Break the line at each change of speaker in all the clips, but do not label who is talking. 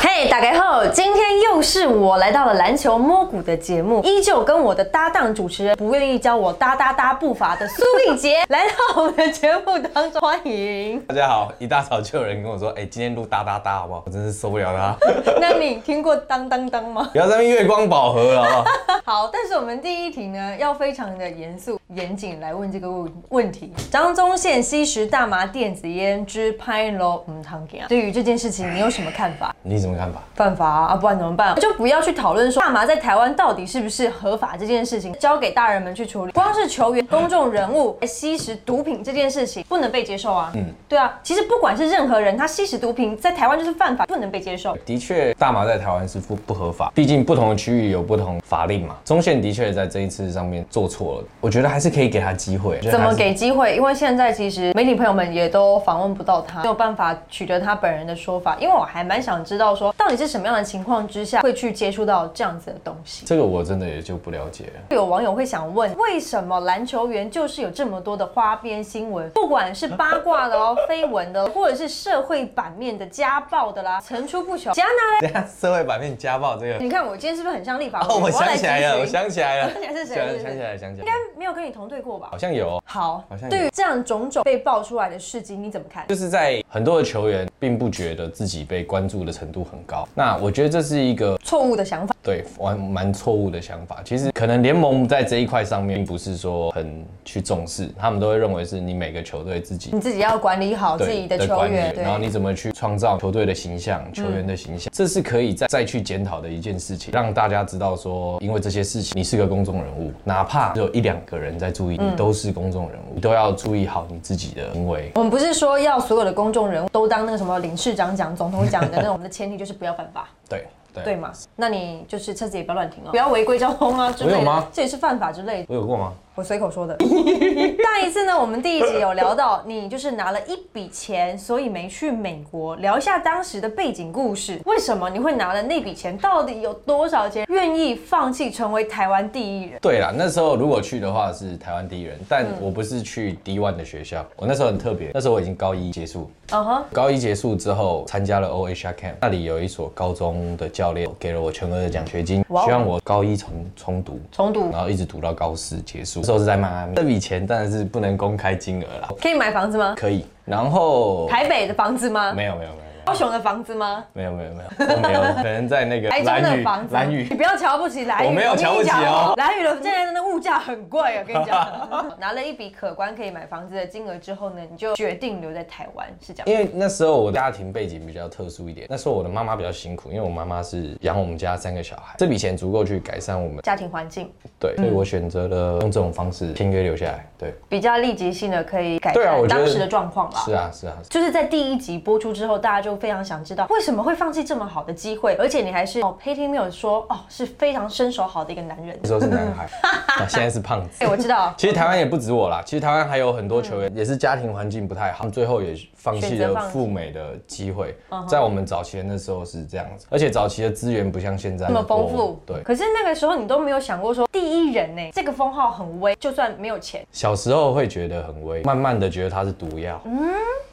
嘿、大家好，今天又是我来到了篮球摸骨的节目，依旧跟我的搭档主持人不愿意教我哒哒哒步伐的苏丽杰来到我们的节目当中，欢迎。
大家好，一大早就有人跟我说，哎、今天录哒哒哒好不好？我真是受不了他，
那你听过当当当吗？
不要在那边月光宝盒了好不好？
好，但是我们第一题呢，要非常的严肃严谨来问这个问问题。张宗宪吸食大麻电子烟之拍楼嗯汤给啊，对于这件事情你有什么看法？
你什么看法？
犯法啊，啊不然怎么办？就不要去讨论说大麻在台湾到底是不是合法这件事情，交给大人们去处理。光是球员、公众人物吸食毒品这件事情，不能被接受啊。嗯，对啊，其实不管是任何人，他吸食毒品在台湾就是犯法，不能被接受。
的确，大麻在台湾是不不合法，毕竟不同的区域有不同法令嘛。中线的确在这一次上面做错了，我觉得还是可以给他机会。
怎么给？机会？因为现在其实媒体朋友们也都访问不到他，没有办法取得他本人的说法。因为我还蛮想知道说，到底是什么样的情况之下会去接触到这样子的东西。
这个我真的也就不了解了。
有网友会想问，为什么篮球员就是有这么多的花边新闻？不管是八卦的 哦、绯闻的，或者是社会版面的家暴的啦，层出不穷。加拿
等一下社会版面家暴这个，
你看我今天是不是很像立法委
哦，
员？
我
要来
想起来了，我
咨询
想起来了，
想起来是谁
想
是谁
想起来了，想起
应
来了，
该没有跟你同队过吧
好？像有哦、
好
好像，有
对于这样种种被爆出来的事情，你怎么看？
就是在很多的球员并不觉得自己被关注的程度很高，那我觉得这是一个
错误的想法。
对，蛮蛮错误的想法。其实可能联盟在这一块上面并不是说很去重视，他们都会认为是你每个球队自己
你自己要管理嗯好自己的球
管理
员，嗯
然后你怎么去创造球队的形象、球员的形象，这是可以再再去检讨的一件事情，让大家知道说，因为这些事情，你是个公众人物，哪怕只有一两个人在注意，
嗯
你都是公众人物，你都要注意好你自己的行为。
我们不是说要所有的公众人物都当那个什么领事长讲、总统讲的 那种，我们的前提就是不要犯法。
对对
对嘛？那你就是车子也不要乱停哦，不要违规交通啊之类
我
的，
有吗
这也是犯法之类的。
我有过吗？
我随口说的。 上一次呢，我们第一集有聊到，你就是拿了一笔钱，所以没去美国。聊一下当时的背景故事，为什么你会拿了那笔钱？到底有多少钱愿意放弃成为台湾第一人？
对啦，那时候如果去的话是台湾第一人，但
嗯
我不是去 D one 的学校，我那时候很特别，那时候我已经高一结束，
嗯哼，
高一结束之后参加了 O H R Camp，那里有一所高中的教练给了我全额的奖学金，
哇哦
希望我高一重重读。
重读
然后一直读到高四结束，那时候是在迈阿密。这笔钱当然是不能公开金额啦，
可以买房子吗？
可以。然后
台北的房子吗？
没有没有没有
高雄的房子吗？
没有没有没有没有，我没有，可能在那个
台中
蓝
的
屿
房子，
蓝
你
屿
不要瞧不起蓝屿，
我没有
跟你讲
瞧不起哦
蓝屿的现在的物价很贵啊，我跟你 讲。拿了一笔可观可以买房子的金额之后呢，你就决定留在台湾，是这样。
因为那时候我的家庭背景比较特殊一点，那时候我的妈妈比较辛苦，因为我妈妈是养我们家三个小孩，这笔钱足够去改善我们，
家庭环境
对，所以我选择了用这种方式签约留下来。对，
比较立即性的可以改
对啊
善
我觉得
当时的状况啦。
是啊，是啊，是啊
就是在第一集播出之后，大家就非常想知道为什么会放弃这么好的机会，而且你还是哦 p a t t y Mills 说哦是非常身手好的一个男人
那。时候是男孩，啊现在是胖子
哎、。我知道，
其实台湾也不止我啦，其实台湾还有很多球员也是家庭环境不太好，他们最后也放弃
嗯选择
了
放弃嗯
赴美的机会。在我们早期的那时候是这样子，而且早期的资源不像现在
那么丰
多
富，
对，
可是那个时候你都没有想过说第一人呢、这个封号很威，就算没有钱，
小时候会觉得很危，慢慢的觉得它是毒药，
嗯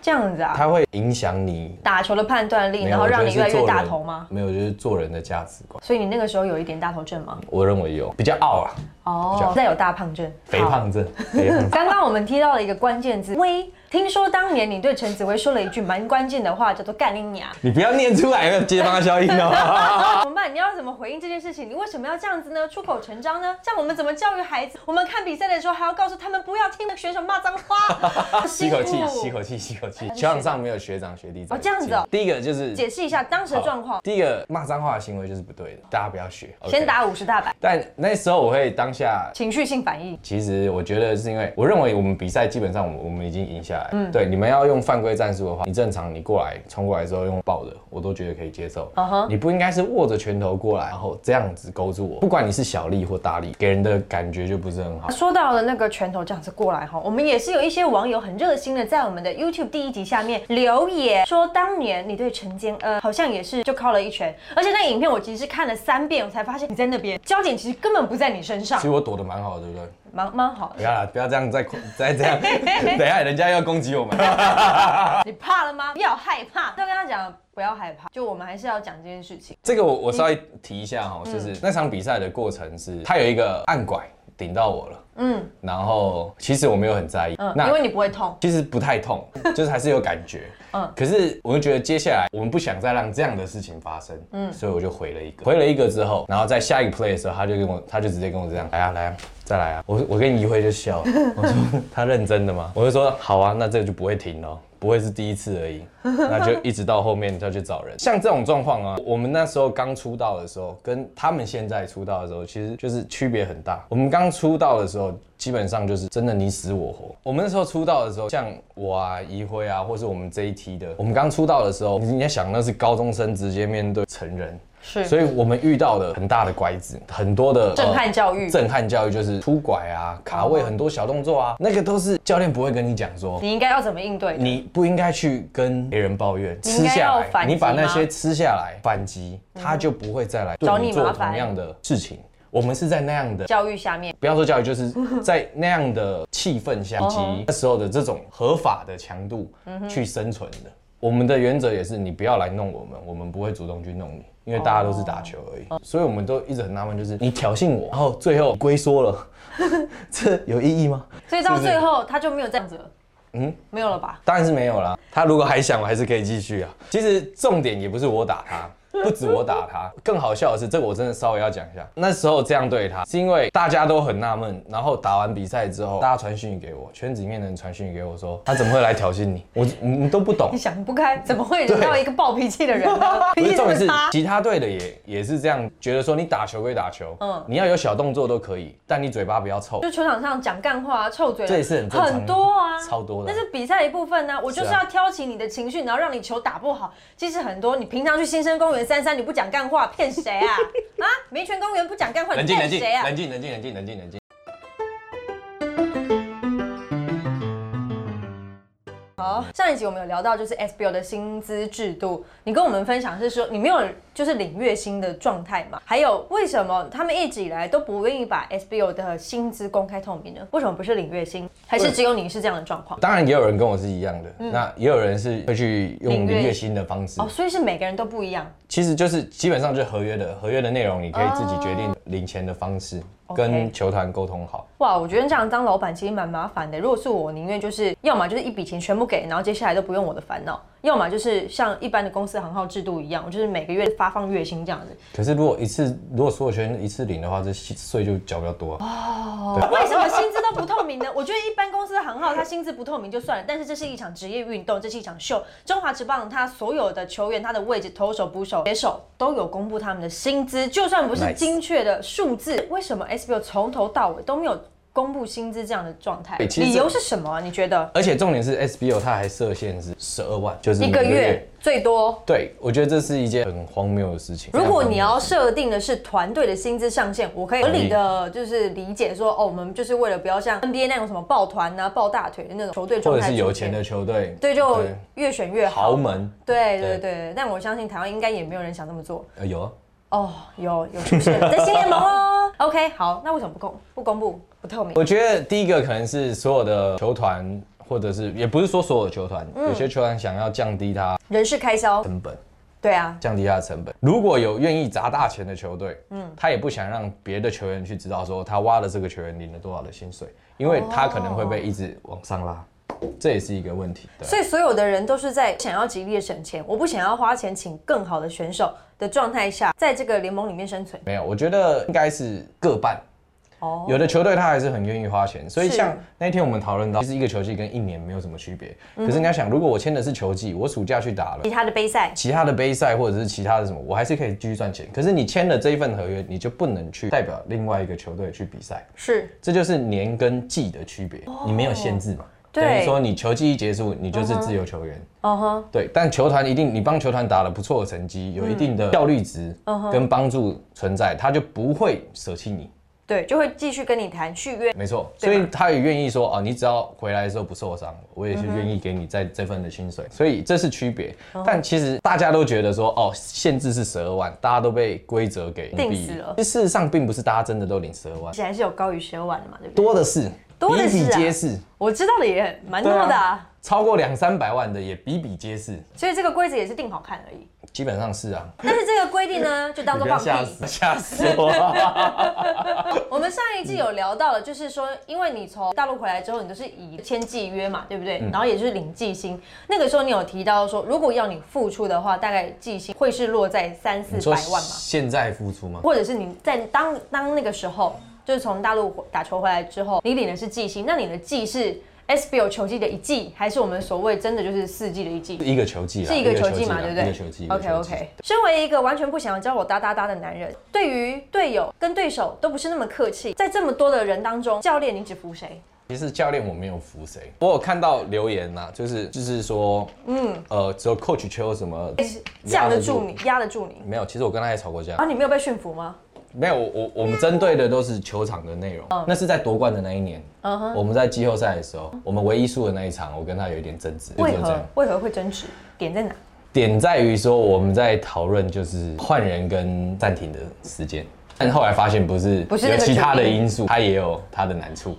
这样子啊，
它会影响你
打球的判断力，
没有
然后让你越来越大头？
我觉得是做人
吗？
没有，就是做人的价值观，
所以你那个时候有一点大头症吗？
我认为有比较傲啊，比
哦
较，
再有大胖症，
肥
好。。
胖症， 肥胖症
刚刚我们提到了一个关键字“威”，听说当年你对陈子薇说了一句蛮关键的话，叫做“干你娘
你不要念出来，没有接帮效应 哦。”。
怎么办？你要怎么回应这件事情？你为什么要这样子呢？出口成章呢？这样我们怎么教育孩子？我们看比赛的时候还要告诉他们不要听选手骂脏 话。
吸口气
辛，苦
吸口气，吸口气。球场上没有学长学弟。
哦这样子哦
第一个就是
解释一下当时的状况
好。第一个骂脏话的行为就是不对的，大家不要学。
先
OK。
打五十大板，
但那时候我会当下，
情绪性反应。
其实我觉得是因为我认为我们比赛基本上我们我们已经赢下来。
嗯
对，你们要用犯规战术的话，你正常你过来冲过来之后用抱的，我都觉得可以接受。
嗯哼
你不应该是握着拳头头过来，然后这样子勾住我，不管你是小力或大力，给人的感觉就不是很好。
说到了那个拳头这样子过来哈，我们也是有一些网友很热心的在我们的 YouTube 第一集下面留言说，当年你对陈坚恩好像也是就靠了一拳，而且那个影片我其实是看了三遍，我才发现你在那边焦点其实根本不在你身上
其，实我躲得蛮好的，对不对？
蛮蛮好的
不。要啦，不要这样再 再这样，等一下人家要攻击我们。啊
你怕了吗？不要害怕，要跟他讲不要害怕，就我们还是要讲这件事情。
这个我我稍微提一下哈，
嗯
就是那场比赛的过程是，他有一个暗拐顶到我了，嗯，然后其实我没有很在意，
嗯，因为你不会痛，
其实不太 痛，就是还是有感觉。嗯，可是我就觉得接下来我们不想再让这样的事情发生。嗯，所以我就回了一个，回了一个之后，然后在下一个 play 的时候，他就跟我，他就直接跟我这样，来啊来啊，再来啊！我我跟你一回就 笑了，我说他认真的吗？我就说好啊，那这个就不会停了。不会是第一次而已，那就一直到后面再去找人。像这种状况啊，我们那时候刚出道的时候，跟他们现在出道的时候，其实就是区别很大。我们刚出道的时候，基本上就是真的你死我活。我们那时候出道的时候，像我啊、怡辉啊，或是我们这一批的，我们刚出道的时候，你要想那是高中生直接面对成人，
是
所以我们遇到的很大的拐子，很多的呃
震撼教育嗯
震撼教育就是出拐啊、卡位很多小动作啊，那个都是教练不会跟你讲说，
你应该要怎么应对的？
你不应该去跟别人抱怨，
你应
吃
该
下
要反
来，
击
你把那些吃下来嗯反击，他就不会再来对
找
你
你
做
麻烦
同样的事情。我们是在那样的，
教育下面
不要说教育，就是在那样的气氛下，以及那时候的这种合法的强度去生存的。我们的原则也是，你不要来弄我们，我们不会主动去弄你，因为大家都是打球而已。所以我们都一直很纳闷，就是你挑衅我，然后最后龟缩了， 这有意义吗？
所以到
是不是
最后他就没有这样子了。嗯，没有了吧？
当然是没有啦。他如果还想，我还是可以继续啊。其实重点也不是我打 他，不止我打他，更好笑的是，这个我真的稍微要讲一下。那时候这样对他，是因为大家都很纳闷，然后打完比赛之后，大家传讯息给我，圈子里面的人传讯息给我说，他怎么会来挑衅你？我你你都不懂
你。想不开，怎么会惹到一个暴脾气 的人呢？
不
脾
是
气这
重
么
点是
差，
其他队的也也是这样觉得说，你打球归打球，嗯，你要有小动作都可以，但你嘴巴不要臭
就。球场上讲干话、啊、臭嘴啊，
这也是很正常的
很多啊，
超多的
但是比赛一部分呢、我就是
是啊
要挑起你的情绪，然后让你球打不好。其实很多，你平常去新生公园三三，你不讲干话，骗谁 啊？啊，民权公园不讲干话，你
冷静冷
骗
静
谁啊？
冷静冷静冷静冷静冷静。
好，上一集我们有聊到就是 SBO 的薪资制度，你跟我们分享是说你没有就是领月薪的状态嘛？还有为什么他们一直以来都不愿意把 SBO 的薪资公开透明呢？为什么不是领月薪？还是只有你是这样的状况？
当然也有人跟我是一样的，
嗯
那也有人是会去用
领月
月薪的方式
哦，，所以是每个人都不一样。
其实就是基本上就是合约的合约的内容，你可以自己决定领钱的方式，
哦
跟球团沟通好。
哇，我觉得这样当老板其实蛮麻烦的。如果是我，宁愿就是要么就是一笔钱全部给，然后接下来都不用我的烦恼；要么就是像一般的公司行号制度一样，我就是每个月发放月薪这样子。
可是如果一次如果所有球员一次领的话，这税就缴比较多
哦
啊、
为什么薪资都不透明呢？ 我觉得一般公司的行号，它薪资不透明就算了，但是这是一场职业运动，这是一场秀。中华职棒它所有的球员，他的位置、投手、捕手、野手都有公布他们的薪资，就算不是
Nice
精确的数字，为什么 SBO 从头到尾都没有公布薪资这样的状态？
对其实
理由是什么啊、你觉得
而且重点是 SBO 它还设限是十二万，就是
一
每
个月。最多？
对，我觉得这是一件很荒谬的事情。嗯
如果你要设定的是团队的薪资上限，我可以合理
嗯
的就是理解说，哦，我们就是为了不要像 NBA 那种什么抱团啊、抱大腿的那种球队
或
状
者
态出
是
现，
有钱的球队，
对，就
对
越选越好。
豪门，
对对
对
对，但我相信台湾应该也没有人想这么做。
呃有啊，
哦，有有出 现在新联盟哦。OK，好，那为什么不公不公布不透明？
我觉得第一个可能是所有的球团，或者是也不是说所有的球团，
嗯
有些球团想要降低它
人事开销，
成本，
对啊，
降低它的成本。如果有愿意砸大钱的球队，嗯，他也不想让别的球员去知道说他挖了这个球员领了多少的薪水，因
哦
为他可能会被一直往上拉，这也是一个问题。对。啊
所以所有的人都是在想要极力的省钱，我不想要花钱请更好的选手的状态下，在这个联盟里面生存。
没有，我觉得应该是各半。
哦
有的球队他还是很愿意花钱，所以
是
像那天我们讨论到，其实一个球季跟一年没有什么区别。
嗯
可是你要想，如果我签的是球季，我暑假去打了
其，他的杯赛
其他的杯赛或者是其他的什么，我还是可以继续赚钱。可是你签了这一份合约，你就不能去代表另外一个球队去比赛，
是
这就是年跟季的区别，你没有限制嘛？
哦对
等于说你球季一结束，你就是自由球员。
嗯哼，
对，但球团一定，你帮球团打了不错的成绩，有一
嗯
定的效率值跟帮助存在，他就不会舍弃你。
对，就会继续跟你谈续约。
没错，
对
所
吧
以他也愿意说啊，你只要回来的时候不受伤，我也是愿意给你在这份的薪
嗯
水，所以这是区别。但其实大家都觉得说哦，限制是十二万，大家都被规则给
定
蔽
死了
其实事实上并不是大家真的都领十二万
其，实还是有高于十二万的嘛，对不对？
多的是，
多的
比比
是啊
皆是，
我知道的也蛮多
对啊
的、啊，
超过两三百万的也比比皆是，
所以这个规则也是定好看而已。
基本上是啊。
但是这个规定呢，就当
你
做
不要
放
吓
屁。
死，吓死我！
我们上一季有
嗯
聊到了，就是说，因为你从大陆回来之后，你都是以签季约嘛，对不
嗯
对？然后也就是领季薪。那个时候你有提到说，如果要你付出的话，大概季薪会是落在三四
你
百
说
万嘛，
现在付出吗？
或者是你在当当那个时候，就是从大陆打球回来之后，你领的是季薪，那你的季是 SBL 球季的一季，还是我们所谓真的就是四季的一季？
啊一个球季啦，
是一个球季嘛，
啦
对不对？
一个球季。一个
OK
球季
OK。身为一个完全不想要教我哒哒哒的男人，对于队友跟对手都不是那么客气，在这么多的人当中，教练你只服谁？
其实教练我没有服谁，我有看到留言呐、就是就是说，嗯，呃，只有 coach 球什么
架
压
得住你，压得住你。
没有，其实我跟他也吵过架，
啊，你没有被驯服吗？
没有，我我我们针对的都是球场的内容，
嗯
那是在夺冠的那一年，我们在季后赛的时候，我们唯一输的那一场，我跟他有一点争执，就
为
是这样
何为何会争执？点在哪？
点在于说我们在讨论就是换人跟暂停的时间，但后来发现不是，
不是那
有
个
其他的
决定
因素，他也有他的 难处，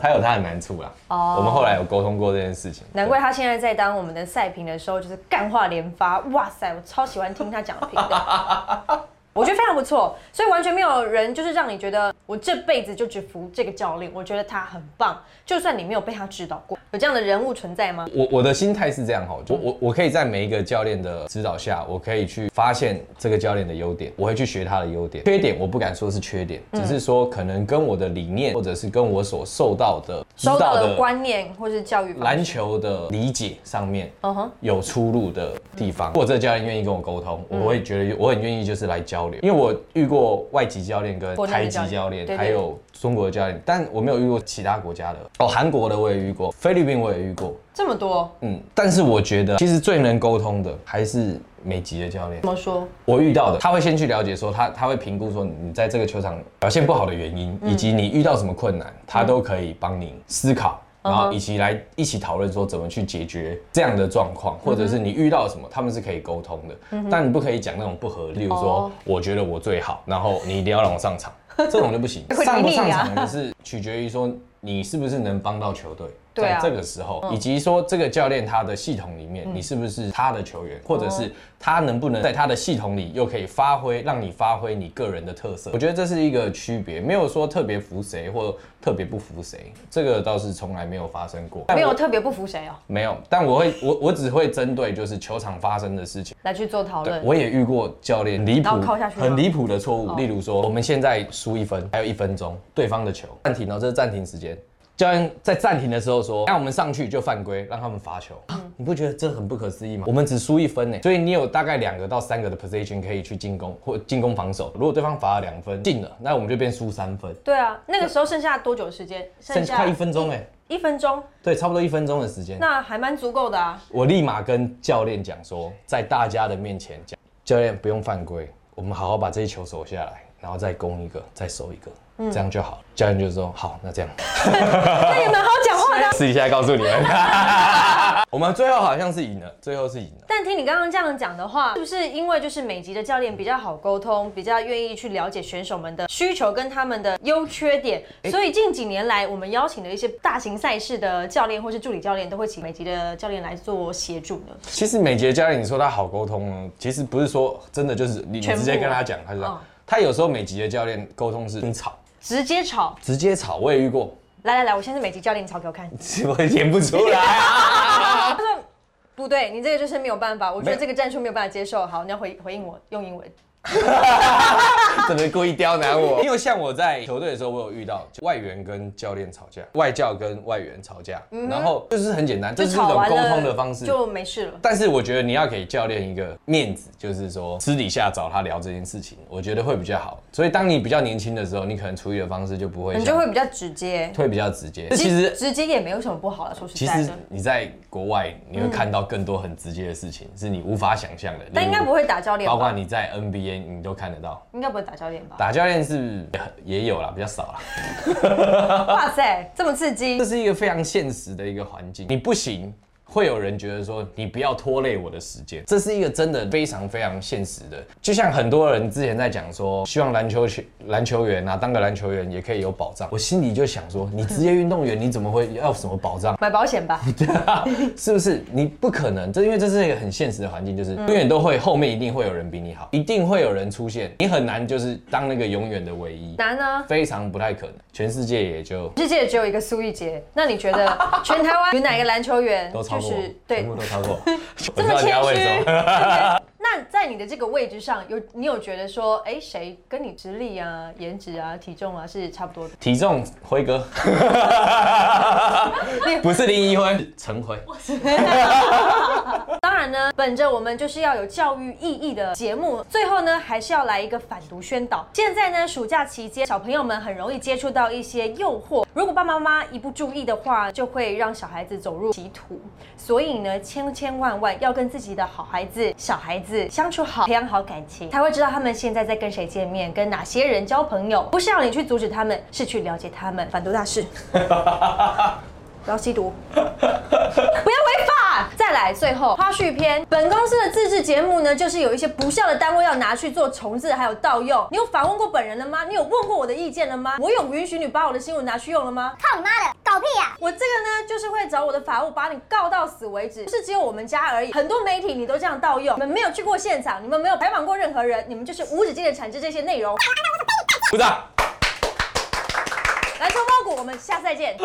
他有他的难处啦。
哦
我们后来有沟通过这件事情，
难怪他现在在当我们的赛评的时候，就是干话连发。哇塞，我超喜欢听他讲评的， 我觉得非常不错。所以完全没有人就是让你觉得我这辈子就只服这个教练，我觉得他很棒。就算你没有被他指导过，有这样的人物存在吗？
我我的心态是这样哈，我我我可以在每一个教练的指导下，我可以去发现这个教练的优点，我会去学他的优点，缺点我不敢说是缺点，
嗯
只是说可能跟我的理念或者是跟我所受到的、知
收到
道
的
的
观念或是教育方式
篮球的理解上面
嗯哼，
有出入的地
嗯
方。如果这个教练愿意跟我沟通，我会觉得我很愿意就是来交流，因为我遇过外籍教练跟
国内的
台籍
教练
教练，
对对
还有中国的教练，但我没有遇过其他国家的哦，韩国的我也遇过，菲律宾我也遇过。
这么多
嗯，但是我觉得其实最能沟通的还是美籍的教练
怎。么说？
我遇到的，他会先去了解说他他会评估说你在这个球场表现不好的原因，
嗯
以及你遇到什么困难，他都可以帮你思考。
嗯
然后以及来一起讨论说怎么去解决这样的状
嗯
况，或者是你遇到什么，他们是可以沟通的。但你不可以讲那种不合理，例如
哦
说我觉得我最好，然后你一定要让我上 场，这种就不行。
会
上不
理
上
你啊
场的是取决于说你是不是能帮到球队。
对啊
在这个时候，以及说这个教练他的系统里面，你是不是他的球员，或者是他能不能在他的系统里又可以发挥，让你发挥你个人的特色？我觉得这是一个区别，没有说特别服谁或特别不服谁，这个倒是从来没有发生过。但
没有
我
特别不服谁哦，
没有，但我会我我只会针对就是球场发生的事情。
来去做讨
对，
论。
我也遇过教练离谱
然后靠下去，吗哦
很离谱的错误，例如说我们现在输一分，还有一分钟，对方的球暂停哦，这是暂停时间。教练在暂停的时候说：“让我们上去就犯规，让他们罚球。
嗯
啊你不觉得这很不可思议吗？我们只输一分呢，所以你有大概两个到三个的 position 可以去进攻或进攻防守。如果对方罚了两分进了，那我们就变输三分，
对啊，那个时候剩下多久时间？
剩下快一分钟哎，
一分钟，
对，差不多一分钟的时间。
那还蛮足够的啊。
我立马跟教练讲说，在大家的面前讲，教练不用犯规，我们好好把这一球守下来，然后再攻一个，再守一个，这样就好了。教练就说好，那这样
那也蛮好讲话的啊。
私底下告诉你们， 我们最后好像是赢了，最后是赢了。
但听你刚刚这样讲的话，是不是因为就是美籍的教练比较好沟通，比较愿意去了解选手们的需求跟他们的优缺点，所以近几年来我们邀请的一些大型赛事的教练或是助理教练，都会请美籍的教练来做协助呢？
其实美杰教练，你说他好沟通哦，其实不是说真的就是你你
全部
直接跟他讲，他就这样
嗯
他有时候美籍的教练沟通是很吵，
直接吵，
直接吵，我也遇过，
来来来，我现在是美籍教练，你吵给我看。
我演不出来啊。
他说不对，你这个就是没有办法，我觉得
没
这个战术没有办法接受。好，你要回回应我，用英文。
真的故意刁难我。 因为像我在球队的时候，我有遇到就外援跟教练吵架，外教跟外援吵架，然后就是很简单， 这
嗯就是
一种
吵完
沟
了
通的方式。
就没事了。
但是我觉得你要给教练一个面子，就是说私底下找他聊这件事情，我觉得会比较好。所以当你比较年轻的时候，你可能处理的方式就不会像，
你就会比较直接，
会比较直接。其实
直接也没有什么不好了，说实
其
在
实
的。
你在国外，你会看到更多很直接的事情，是你无法想象的。
但应该不
会，
会打教练
包括
吧？
你在 NBA 你都看得到。
应该不会打教练吧？
打教练是也有啦，比较少啦。
哇塞，这么刺激
这！是一个非常现实的一个环境，你不行。会有人觉得说你不要拖累我的时间，这是一个真的非常非常现实的。就像很多人之前在讲说，希望篮球球篮球员啊，当个篮球员也可以有保障。我心里就想说，你职业运动员你怎么会要什么保障？
买保险 吧，
是不是？你不可能，这因为这是一个很现实的环境，就是永远都会后面一定会有人比你好，一定会有人出现，你很难就是当那个永远的唯一，
难啊！
非常不太可能。全世界也就
世界只有一个苏一杰，那你 觉得全台湾有哪一个篮球员
都超
就
过我
是，对
全部？都超 过我。
这
我知
么
道你
谦
要问什
虚
么。，
那在你的这个位置上，有你有觉得说，哎，谁跟你实力啊、颜值啊、体重啊是差不多的？
体重辉哥， 不是林一辉，陈辉。
当然呢，本着我们就是要有教育意义的节目，最后呢还是要来一个反毒宣导。现在呢，暑假期间，小朋友们很容易接触到一些诱惑，如果爸爸妈妈一不注意的话，就会让小孩子走入歧途。所以呢，千千万万要跟自己的好孩子、小孩子相处好，培养好感情，才会知道他们现在在跟谁见面，跟哪些人交朋友。不是要你去阻止他们，是去了解他们。反毒大事。不要吸毒，不要违法。再来，最后花絮篇，本公司的自制节目呢，就是有一些不孝的单位要拿去做重置，还有盗用。你有访问过本人了吗？你有问过我的意见了吗？我有允许你把我的新闻拿去用了吗？
操你妈的，搞屁啊呀、
我这个呢，就是会找我的法务把你告到死为止，不是只有我们家而已，很多媒体你都这样盗用，你们没有去过现场，你们没有采访过任何人，你们就是无止境的产制这些内容。
鼓掌。
来抽包谷，我们下次再见。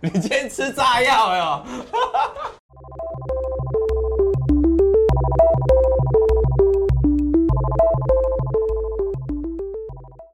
你今天吃炸药了哟。